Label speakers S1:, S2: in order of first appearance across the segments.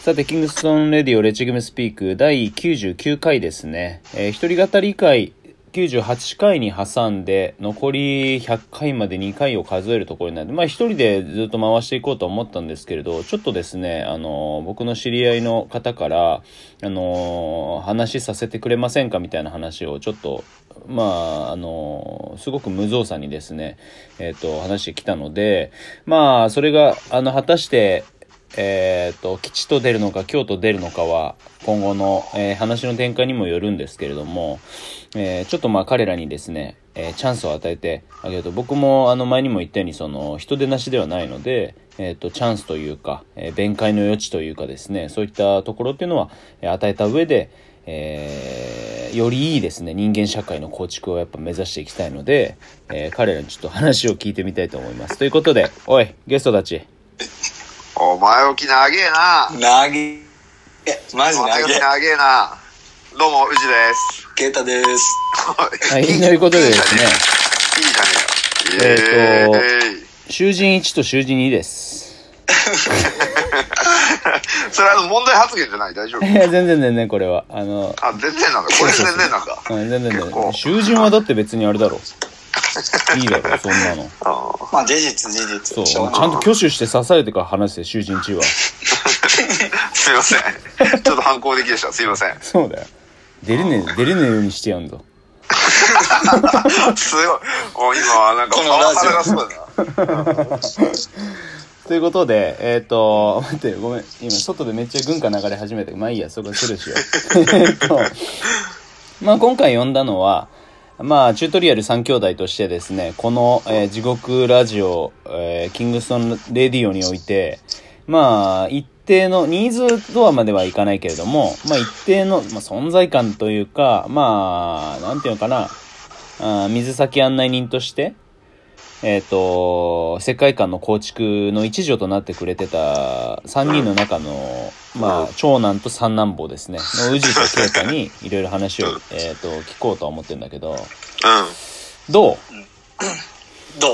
S1: さて、キングストンレディオレチグムスピーク第99回ですね。えー、一人語り会98回に挟んで、残り100回まで2回を数えるところになる。まあ一人でずっと回していこうと思ったんですけれど、ちょっとですね、あのー、僕の知り合いの方から、あのー、話させてくれませんかみたいな話をちょっとまあ、あの、すごく無造作にですね、えっ、ー、と、話してきたので、まあ、それが、あの、果たして、えっ、ー、と、吉と出るのか、京と出るのかは、今後の、えー、話の展開にもよるんですけれども、えちょっとまあ、彼らにですね、えチャンスを与えてあげると、僕も、あの、前にも言ったように、その、人手なしではないので、えっ、と、チャンスというか、え弁解の余地というかですね、そういったところっていうのは、え与えた上で、えー、よりいいですね、人間社会の構築をやっぱ目指していきたいので、えー、彼らにちょっと話を聞いてみたいと思います。ということで、おい、ゲストたち。
S2: お前置き長えな。
S3: 長え。マジ長え。
S2: 長えな。どうも、宇治です。
S3: ケータです。
S1: はい 、ということでですね。
S2: いいじゃねえよ。
S1: えっ、ー、と、囚人1と囚人2です。
S2: それは問題発言じゃない大丈夫い
S1: や、 全然全然これは。あの。
S2: あ、全然なんだ。これ全然なんだ。
S1: うん、全然全然。囚人はだって別にあれだ ろ。いいだろ、そんなの。
S3: まあ、事実、事実。
S1: そう。ちゃんと挙手して刺されてから話して、囚人中は。
S2: すいません。ちょっと反抗的でした。すいません。
S1: そうだよ。出れねえ、出れねえようにしてやんぞ。
S2: すごい。もう今、なんか、このラジオがすごい
S1: な。ということで、えっ、ー、と、待って、ごめん。今、外でめっちゃ軍歌流れ始めて、まあいいや、そこするしよう。えっと、まあ今回呼んだのは、まあ、チュートリアル3兄弟としてですね、この、えー、地獄ラジオ、えー、キングストンレディオにおいて、まあ、一定の、ニーズドアまではいかないけれども、まあ一定の、まあ、存在感というか、まあ、なんていうのかな、あ水先案内人として、えっ、と、世界観の構築の一助となってくれてた3人の中の、まあ、長男と三男坊ですね、の宇治と圭太にいろいろ話を、えっ、と、聞こうとは思ってるんだけど、。
S2: うん
S1: どう
S3: どう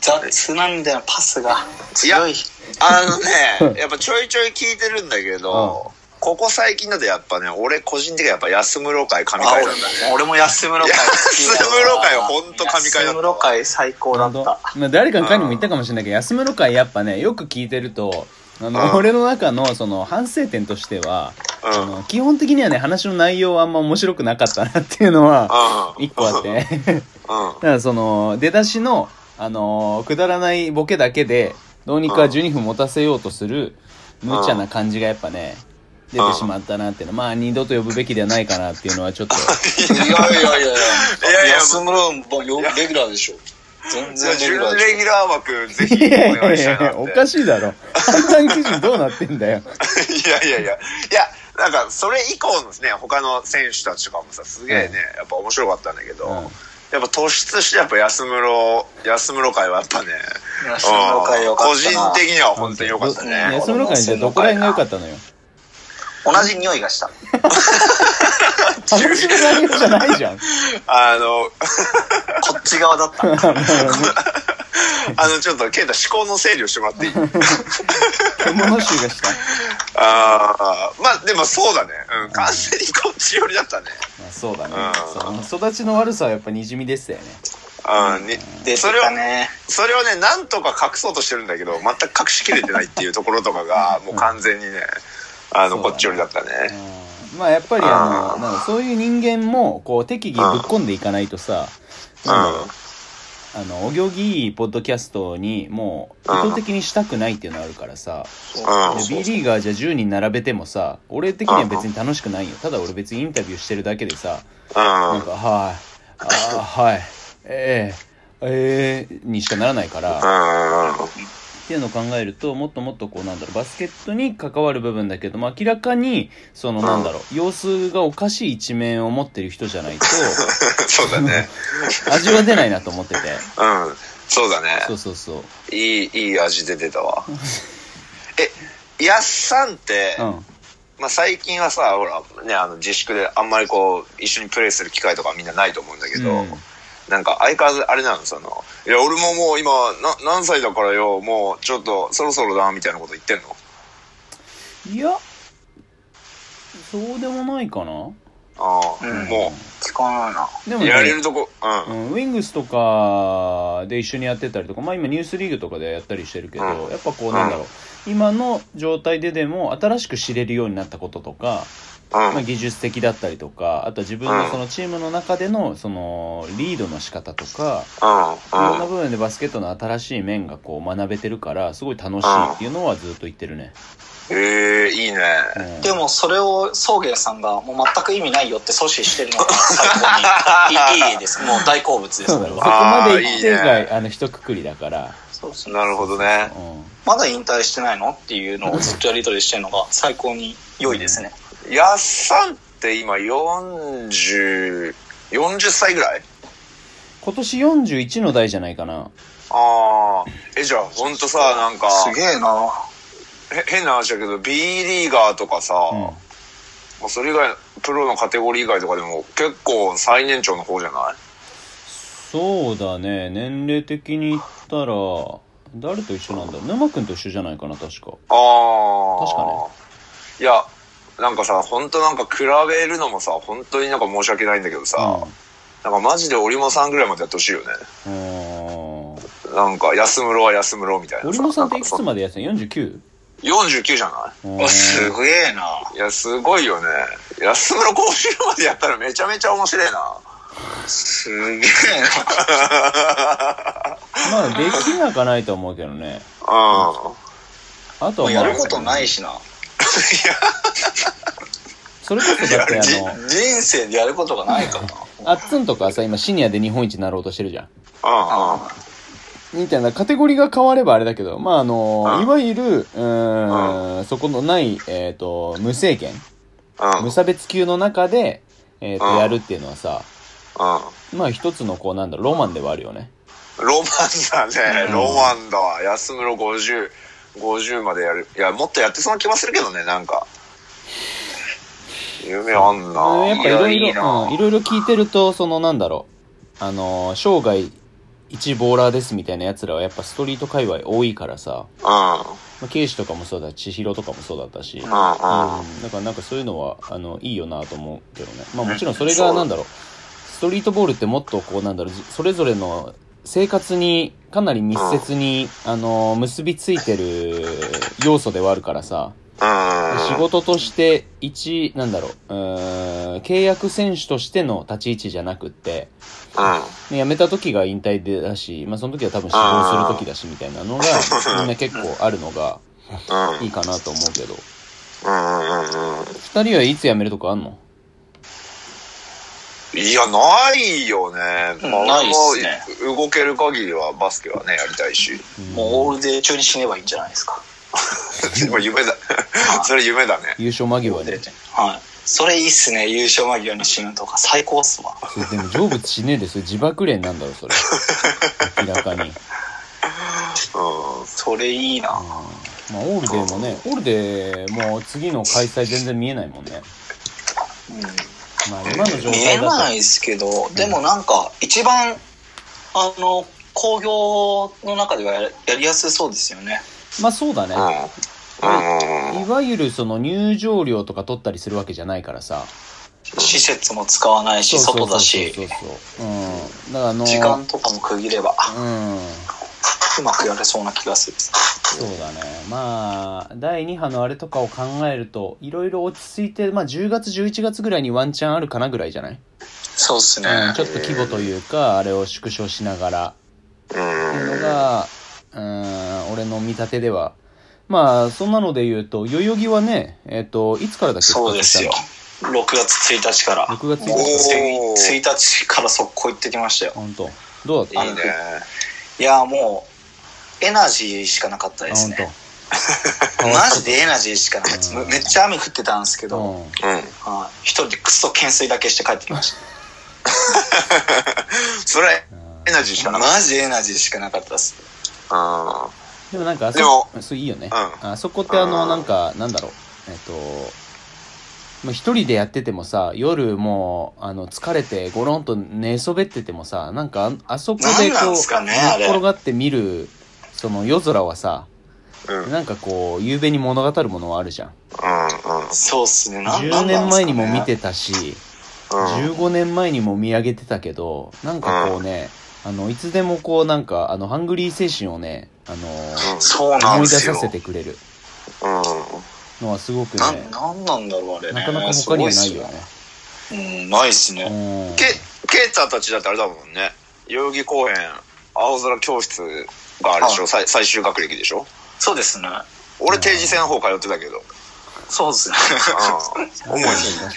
S3: 雑なんだよ、パスが。強い。
S2: あのね、やっぱちょいちょい聞いてるんだけど、ここ最近だとやっぱね、俺個人的にはやっぱ安室会神会なんだね。
S3: 俺も安室
S2: 安
S3: 会。
S2: 室会は本当神会だ
S3: った。安室会最高だった。
S1: まあ、誰かかにも言ったかもしれないけど、安室会やっぱね、よく聞いてると、あの、俺の中のその反省点としては、あの基本的にはね、話の内容はあんま面白くなかったなっていうのは、一個あって。だからその、出だしの、あのくだらないボケだけで、どうにか12分持たせようとする、無茶な感じがやっぱね、出てしまったなっていうの、まあ二度と呼ぶべきではないかなっていうのはちょっと。
S3: いやいやいやいや、いや安村もレギュラーでしょ。
S2: 全然レギュラー。レギュラー枠ぜひお
S1: 願いしたいおかしいだろ。判断基準どうなってんだよ。
S2: いやいやいや。いや、なんかそれ以降のね、他の選手たちとかもさ、すげえね、やっぱ面白かったんだけど。やっぱ突出してやっぱ安室、安室会はやっぱね、
S3: 安室会よ
S2: 個人的には本当によかったね。
S1: 安室会じゃどこら辺が良かったのよ。
S3: 同じ匂いがした。
S1: 中心じゃないじ ゃん。
S2: あの、
S3: こっち側だった。
S2: あの、ちょっと、ケンタ思考の整理をしてもらっ ていい
S1: 物臭がした。
S2: ああ、まあでもそうだね。うん、完全にこっち寄りだったね。
S1: まあ、そうだね、その育ちの悪さはやっぱにじみでしたよね。
S2: うん、にそれをね、それをね、なんとか隠そうとしてるんだけど、全く隠しきれてないっていうところとかが、もう完全にね、あの、こっち寄りだったね。
S1: まあやっぱりあの、なんそういう人間も、こう適宜ぶっ込んでいかないとさ、あの、お行儀いいポッドキャストにもう意図的にしたくないっていうのあるからさ、B リーガーじゃ10人並べてもさ、俺的には別に楽しくないよ。ただ俺別にインタビューしてるだけでさ、なんか、はい、ああ、はい、ええええにしかならないから、っていうのを考えると、もっともっとこうなんだろう、バスケットに関わる部分だけども、明らかに、そのなんだろう、様子がおかしい一面を持ってる人じゃないと、
S2: そうだね。
S1: 味は出ないなと思ってて。うん。
S2: そうだね。。
S1: そうそうそう
S2: いい、いい味で出たわ。え、やっさんって、うん、まあ最近はさ、ほら、ね、あの自粛であんまりこう、一緒にプレイする機会とかみんなないと思うんだけど、うんなんか相変わらずあれなのその、いや、俺ももう今、な何歳だからよ、もうちょっとそろそろだ、みたいなこと言ってんの
S1: いや、そうでもないかな。
S2: ああ、
S3: うん
S2: も
S3: 聞かないな。
S1: でも
S2: う、
S1: ね
S2: やれるとこ、うん。
S1: うん、ウィングスとかで一緒にやってたりとか、まあ、今ニュースリーグとかでやったりしてるけど、
S2: うん
S1: やっぱこうなんだろう、今の状態ででも新しく知れるようになったこととか、
S2: うん。
S1: まあ、技術的だったりとかあとは自分のそのチームの中でのそのリードの仕方とかいろんな
S2: う。
S1: ん
S2: うん。
S1: 部分でバスケットの新しい面がこう学べてるからすごい楽しいっていうのはずっと言ってるね。
S2: ええいいね。
S1: うん
S3: でもそれを送迎さんがもう全く意味ないよって阻止してるのが最高にいいいい です。もう大好物です、
S1: そう
S3: そ
S1: だ
S3: れ
S1: ねそこ
S3: は。
S1: ま
S2: あー
S1: で行って
S2: いいね
S1: があの一括りだから、
S3: そうですね。
S2: なるほどね。
S1: うん、
S3: まだ引退してないのっていうのをずっとやり取りしてるのが最高に良いですね。
S2: やっさんって今40、40歳ぐらい
S1: 今年41の代じゃないかな。
S2: ああ。え、じゃあほんとさ、なんか、
S3: すげえな
S2: へ変な話だけど、B リーガーとかさ、
S1: うん
S2: もうそれ以外、プロのカテゴリー以外とかでも結構最年長の方じゃない
S1: そうだね年齢的に言ったら誰と一緒なんだ沼君と一緒じゃないかな確か
S2: ああ。
S1: 確か
S2: いや、なんかさ、ほんとなんか比べるのもさ、本当になんか申し訳ないんだけどさ、なんかマジで織茂さんぐらいまでやってほしいよね。
S1: うんうん
S2: なんか、安室は安室みたいなさ。
S1: 織茂さんっていくつ
S2: なんか
S1: までやってた 49?
S2: そ49じゃない
S1: うん
S3: すげえない
S2: や、すごいよね。安室甲子園までやったらめちゃめちゃ面白いな。
S3: すげえ
S1: まあできなかないと思うけどね
S2: うん。
S1: あと
S3: な
S1: は、ま
S3: や
S1: あ、
S3: ることないしな。
S1: それこそだってあ
S3: 人生でやることがないからな。
S1: のあっつんとかさ今シニアで日本一になろうとしてるじゃん
S2: うん
S1: みたいなカテゴリーが変わればあれだけどまああの
S2: うん
S1: いわゆるうーんそこのない、えっと無制限
S2: うん。うん。
S1: 無差別級の中で、えっと
S2: うん
S1: やるっていうのはさ
S2: うん。
S1: まあ一つのこうなんだろうロマンではあるよね
S2: ロマンだ
S1: う
S2: ね。
S1: ん
S2: ロマンだわ。安室50、50までやる。いや、もっとやってそうな気はするけどね、なんか。夢あん
S1: うん
S2: な。
S1: やっぱい
S2: い
S1: ろ
S2: や
S1: い
S2: いいな
S1: ろ、うん、いろいろ聞いてると、そのなんだろう、あのー、生涯一ボーラーですみたいな奴らはやっぱストリート界隈多いからさ、
S2: うん。
S1: まあ、ケイシとかもそうだし、千尋とかもそうだったし、うん、だ
S2: うん。うん。
S1: からなんかそういうのは、あの、いいよなと思うけどね。まあもちろんそれがなんだろう、ストリートボールってもっとこうなんだろう、じそれぞれの生活にかなり密接に、あのー、結びついてる要素ではあるからさ、
S2: うん。
S1: 仕事として一なんだろううーん契約選手としての立ち位置じゃなくって、
S2: うん。
S1: ね辞めた時が引退でだし、まあ、その時は多分指導する時だしみたいな のがみんな結構あるのが
S2: うん。
S1: いいかなと思うけど
S2: うん。うん。うん。
S1: 二人はいつ辞めるとかあんの
S2: いや、ないよね。まあ
S3: ないっすね
S2: 俺も動ける限りはバスケはね、やりたいし。
S3: もうオールデー中に死ねばいいんじゃないですか。
S2: でも夢だ。それ夢だね。
S1: 優勝間際で
S3: はい。それいいっすね。優勝間際に死ぬとか最高っすわ。
S1: それでも成仏しねえですよ自爆練なんだろうそ れ明らかに、うん
S2: うん。
S3: それいいな。
S1: まあ、オールデーもねオールデーも次の開催全然見えないもんねまあ今の状
S3: 見え
S1: 態だと
S3: ないですけど、でもなんか一番、あの、工業の中ではややりやすそうですよね。
S1: まあそうだね、
S2: うん。うん。
S1: いわゆるその入場料とか取ったりするわけじゃないからさ。
S3: 施設も使わないし、外だし
S1: そ、うそうそう。うん。だからあのー、
S3: 時間とかも区切れば、
S1: うん。
S3: うまくやれそうな気がする。
S1: そうだね。まあ、第2波のあれとかを考えると、いろいろ落ち着いて、まあ10月、11月ぐらいにワンチャンあるかなぐらいじゃない、
S3: そうっすね。
S1: うん、ちょっと規模というか、あれを縮小しながら。
S2: うん
S1: っていうのが、うん、俺の見立てでは。まあ、そんなので言うと、代々木はね、えっ、と、いつからだっけ
S3: そうですよ。6月1日から。
S1: 6月1日
S3: もう
S2: おー
S3: 1日から速攻行ってきましたよ。
S1: 本当。どうだっ
S2: いいね。
S3: いや、もう、エナジーしかなかった
S1: た
S3: で
S1: あ
S3: す
S1: 本当。
S3: ね。マジでエナジーしかなかった
S1: うん
S3: めめっちゃ雨降ってたんですけど、
S1: うん。
S2: うん。
S3: はい一人でクソ懸垂だけして帰ってきまし。
S2: それ、エナジーしたかな
S3: マジでエナジーしかなかったです。
S2: か
S1: でもなんかあ
S2: で
S1: そ
S2: も
S1: こ、そういいよね。
S2: う
S1: あそこってあの、
S2: うん
S1: なんか、なんだろう。えっと、まあ、一人でやっててもさ、夜もう、あの、疲れて、ごろんと寝そべっててもさ、なんかあ、あそこで
S3: な
S1: こ
S3: んなん
S1: う、
S3: すかね
S1: 寝っ
S3: あれ
S1: 転がって見る、その夜空はさ、
S2: うん、うん、
S1: なんかこう、夕べに物語るものはあるじゃん。
S2: うん。
S3: そうっすね。なん
S1: 10年前にも見
S3: なんなんです
S1: てたし、
S2: うん
S1: 15年前にも見上げてたけど、なんかこうね、あの、いつでもこう、なんか、あの、ハングリー精神をね、あの
S3: かねそうな
S1: 思い
S3: ん
S1: 出
S3: です
S1: さ
S3: よ。
S1: せてくれる
S2: うん。
S1: のはすごくね、
S3: なん、なんなんだろう、あれね。
S1: なかなか他にはないよ
S3: す
S1: ね。
S3: ごいっすよ。うん、ないっすね。
S1: うん
S2: ケ、ケイタたちだってあれだもんね。代々木公園、青空教室があれでしょ、
S3: はい
S2: 最最終学歴でしょ
S3: そうですね。
S2: 俺定時制の方通ってたけど。
S3: そうですね。
S2: うん。主に。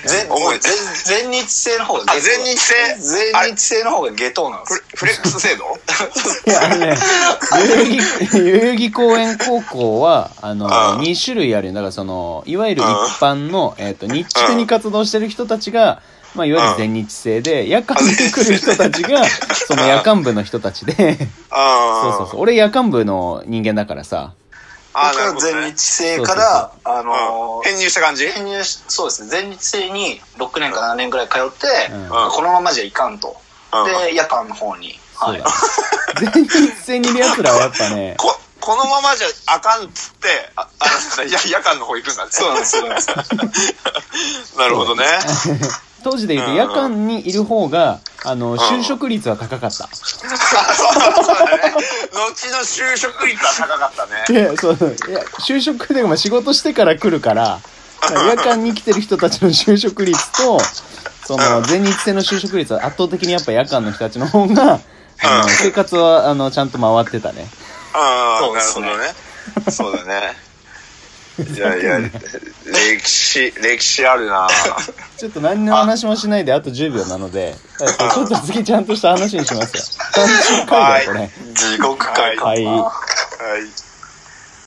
S3: 全
S2: 重い
S3: 全全日制の方が
S2: あ全日制あ
S3: 全
S2: れ
S3: 日制の方が下等なんで
S2: フレフレッ
S3: す
S2: クス制度
S1: いや、あのね、代々木、代々木公園高校は、あの、
S2: ああ
S1: 2種類あるよ。だからその、いわゆる一
S2: ああ
S1: 般の、えっ、と、日中に活動してる人たちが、まあ、いわゆる全日制で、夜間に来る人たちが、その夜間部の人たちで、
S2: あ
S1: そう
S2: あ。
S1: そうそう。俺夜間部の人間だからさ、
S2: ああ、
S3: 僕
S2: なる
S3: は
S2: ほど、ね。
S3: 全日制からあ
S2: う
S3: の
S2: ん
S3: ー
S2: 編入した感じ
S3: 編入しそうですね全日制に6年か7年ぐらい通って
S1: うん
S3: このままじゃいかんとで夜間の方に
S1: そ
S3: は
S1: う
S3: い
S1: だ。全日制にいる奴らはやっぱね、
S2: こ、このままじゃあかんっつって、あ、あの、 や夜間の方行くんだね。
S3: そうなんですそうなんです
S2: なるほどね。
S1: 当時で言うと夜間にいる方が、あの、就職率は高かった。
S2: 後の就職率は高かったね。
S1: いや、そうそう。いや、就職でも仕事してから来るから、夜間に来てる人たちの就職率と、その、全日制の就職率は圧倒的にやっぱ夜間の人たちの方が、あの、生活は、あの、ちゃんと回ってたね。
S2: ああ、
S3: そうですね
S2: なるほどね。そうだね。いやいや、 歴史、歴史あるな
S1: ちょっと何の話もしないで、あと10秒なので、えっとちょっと次ちゃんとした話にしますよ。30回だよ、これ。
S2: 地獄
S3: 界
S2: 界。
S1: はい。
S2: はい